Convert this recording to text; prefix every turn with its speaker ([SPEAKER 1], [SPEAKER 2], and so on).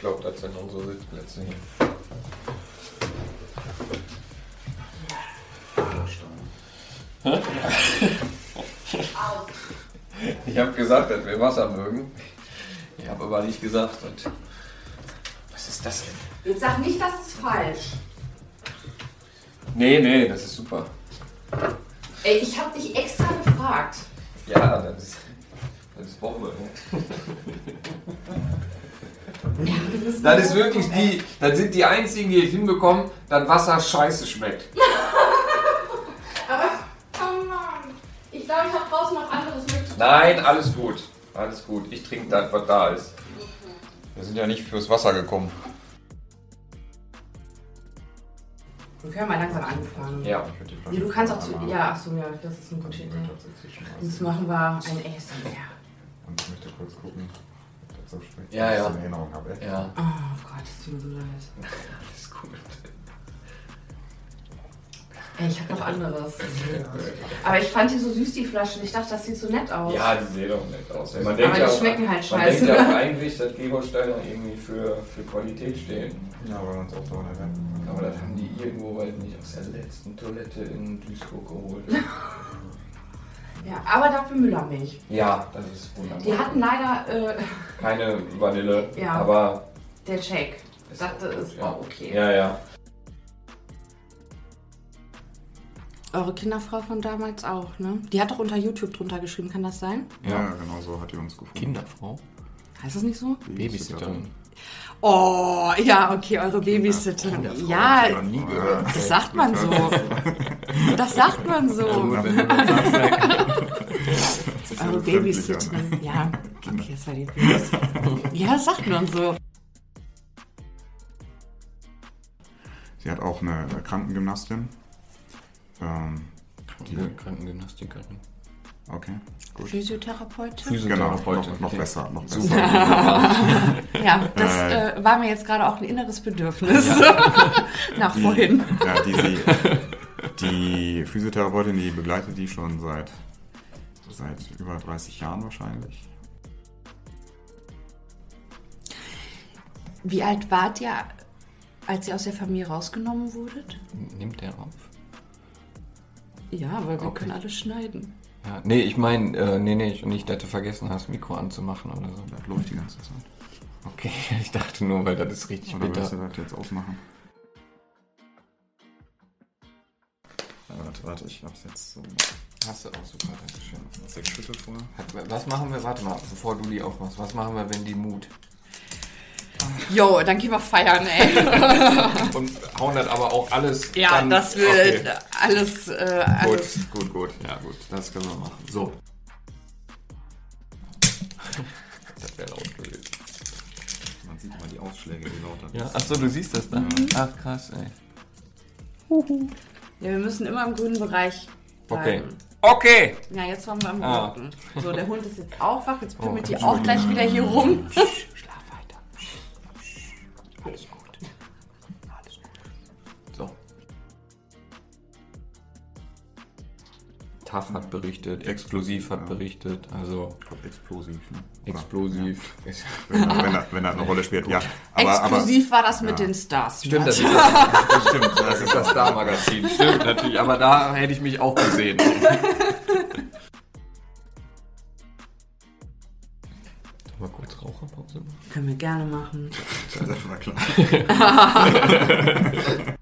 [SPEAKER 1] glaube, das sind unsere Sitzplätze hier. Ich habe gesagt, dass wir Wasser mögen. Ich habe aber nicht gesagt, dass- was ist das denn?
[SPEAKER 2] Jetzt sag nicht, das ist falsch.
[SPEAKER 1] Nee, nee, das ist super.
[SPEAKER 2] Ey, ich hab dich extra gefragt.
[SPEAKER 1] Ja, das ist, das ist Bombe. ne? Das ist wirklich die, das sind die einzigen, die es hinbekommen, dass Wasser scheiße schmeckt.
[SPEAKER 2] Aber, oh Mann. Ich glaube, ich hab draußen noch anderes mit.
[SPEAKER 1] Nein, alles gut. Alles gut. Ich trinke das, was da ist.
[SPEAKER 3] Wir sind ja nicht fürs Wasser gekommen.
[SPEAKER 2] Wir können mal langsam anfangen.
[SPEAKER 1] Ja.
[SPEAKER 2] Nee, du kannst auch zu. Ja, achso, ja, das ist ein guter Idee. Jetzt machen wir ein ASMR.
[SPEAKER 3] Und ich möchte kurz gucken, ob das so schmeckt.
[SPEAKER 1] Ja,
[SPEAKER 3] wie ich
[SPEAKER 1] ja.
[SPEAKER 3] es in Erinnerung habe. ey.
[SPEAKER 1] Ja.
[SPEAKER 2] Oh Gott, es tut mir so leid.
[SPEAKER 1] Alles gut.
[SPEAKER 2] Ey, ich hab noch anderes. Aber ich fand die so süß, die Flasche. Ich dachte, das sieht so nett aus.
[SPEAKER 1] Ja, die sehen doch nett aus. Man
[SPEAKER 2] Aber die schmecken halt
[SPEAKER 1] man
[SPEAKER 2] scheiße.
[SPEAKER 1] denkt ja auch eigentlich, dass Gebersteiner irgendwie für, für Qualität stehen.
[SPEAKER 3] Ja, wollen wir uns auch daran erinnern.
[SPEAKER 1] Aber das haben die irgendwo, weiß nicht, aus der letzten Toilette in Duisburg geholt.
[SPEAKER 2] ja aber dafür Müllermilch.
[SPEAKER 1] ja, das ist wunderbar.
[SPEAKER 2] Die hatten leider äh,
[SPEAKER 1] Keine Vanille,
[SPEAKER 2] Ja.
[SPEAKER 1] aber
[SPEAKER 2] der Shake. Ich
[SPEAKER 1] Ist
[SPEAKER 2] dachte,
[SPEAKER 1] auch gut,
[SPEAKER 2] es
[SPEAKER 1] ja.
[SPEAKER 2] war okay.
[SPEAKER 1] ja, ja.
[SPEAKER 2] Eure Kinderfrau von damals auch, ne? Die hat doch unter YouTube drunter geschrieben, kann das sein?
[SPEAKER 3] Ja, genau so hat die uns gefunden.
[SPEAKER 4] Kinderfrau?
[SPEAKER 2] Heißt das nicht so?
[SPEAKER 4] Babysitterin.
[SPEAKER 2] Oh, ja, okay, eure Babysitterin.
[SPEAKER 3] Kinderfrau hab ich noch
[SPEAKER 2] Ja,
[SPEAKER 3] nie gehört.
[SPEAKER 2] das sagt man so. Das sagt man so. Eure Babysitterin. Ja, okay, das war die Babysitterin. Ja, das sagt man so.
[SPEAKER 3] Sie hat auch eine Krankengymnastin. Ähm,
[SPEAKER 4] Die Krankengymnastikerin.
[SPEAKER 3] okay.
[SPEAKER 2] Physiotherapeutin?
[SPEAKER 3] Genau,
[SPEAKER 4] Physiotherapeutin.
[SPEAKER 3] noch, noch
[SPEAKER 4] Okay.
[SPEAKER 3] besser, noch besser.
[SPEAKER 2] Ja, das äh, war mir jetzt gerade auch ein inneres Bedürfnis. Nach vorhin.
[SPEAKER 3] Ja, die, sie, die Physiotherapeutin, die begleitet die schon seit, seit über 30 Jahren wahrscheinlich.
[SPEAKER 2] Wie alt wart ihr, als ihr aus der Familie rausgenommen wurdet?
[SPEAKER 4] Nimmt der auf?
[SPEAKER 2] Ja, weil wir
[SPEAKER 4] Okay.
[SPEAKER 2] können alles schneiden.
[SPEAKER 4] Ja. Nee, ich meine, äh, nee, nee, ich, nicht, dass du vergessen hast, Mikro anzumachen oder so.
[SPEAKER 3] Das läuft die ganze Zeit.
[SPEAKER 4] Okay, ich dachte nur, weil das ist richtig
[SPEAKER 3] Oder willst du
[SPEAKER 4] bitter.
[SPEAKER 3] das jetzt ausmachen? Äh, Warte, warte, ich mach's jetzt so.
[SPEAKER 4] Hast du auch super, das ist schön.
[SPEAKER 3] Sechs Schritte vor.
[SPEAKER 4] Hat- Was machen wir, warte mal, bevor du die aufmachst, was machen wir, wenn die Mut?
[SPEAKER 2] Jo, dann gehen wir feiern, ey.
[SPEAKER 4] Und hauen das aber auch alles.
[SPEAKER 2] Ja,
[SPEAKER 4] dann,
[SPEAKER 2] das wird alles, äh, alles.
[SPEAKER 4] Gut, gut, gut. Ja, gut, das können wir machen. So. das wäre laut gewesen.
[SPEAKER 3] Man sieht immer die Ausschläge, die lauter
[SPEAKER 4] Ja, achso, du siehst das dann. Ach, krass, ey.
[SPEAKER 2] Ja, wir müssen immer im grünen Bereich
[SPEAKER 4] Okay.
[SPEAKER 2] bleiben.
[SPEAKER 4] Okay!
[SPEAKER 2] Ja, jetzt waren wir im
[SPEAKER 4] Ah. Oh,
[SPEAKER 2] roten. So, der Hund ist jetzt auch wach, jetzt pimmelt die
[SPEAKER 3] Entschuldigung.
[SPEAKER 2] auch gleich wieder hier rum.
[SPEAKER 4] Schlaf weiter. Alles gut. Alles gut. So. TAF hat berichtet, Explosiv hat berichtet, also
[SPEAKER 3] Explosiv. Ne?
[SPEAKER 4] Genau. Explosiv.
[SPEAKER 3] Wenn, wenn, das- wenn das eine Rolle spielt, ja. Aber, aber,
[SPEAKER 2] Exklusiv war das mit
[SPEAKER 3] ja.
[SPEAKER 2] den Stars.
[SPEAKER 4] Stimmt, das ist
[SPEAKER 3] stimmt, das ist das da.
[SPEAKER 4] Star-Magazin. Stimmt, natürlich, aber da hätte ich mich auch gesehen. Mal kurz Raucherpause machen.
[SPEAKER 2] Können wir gerne machen.
[SPEAKER 3] Das war klar.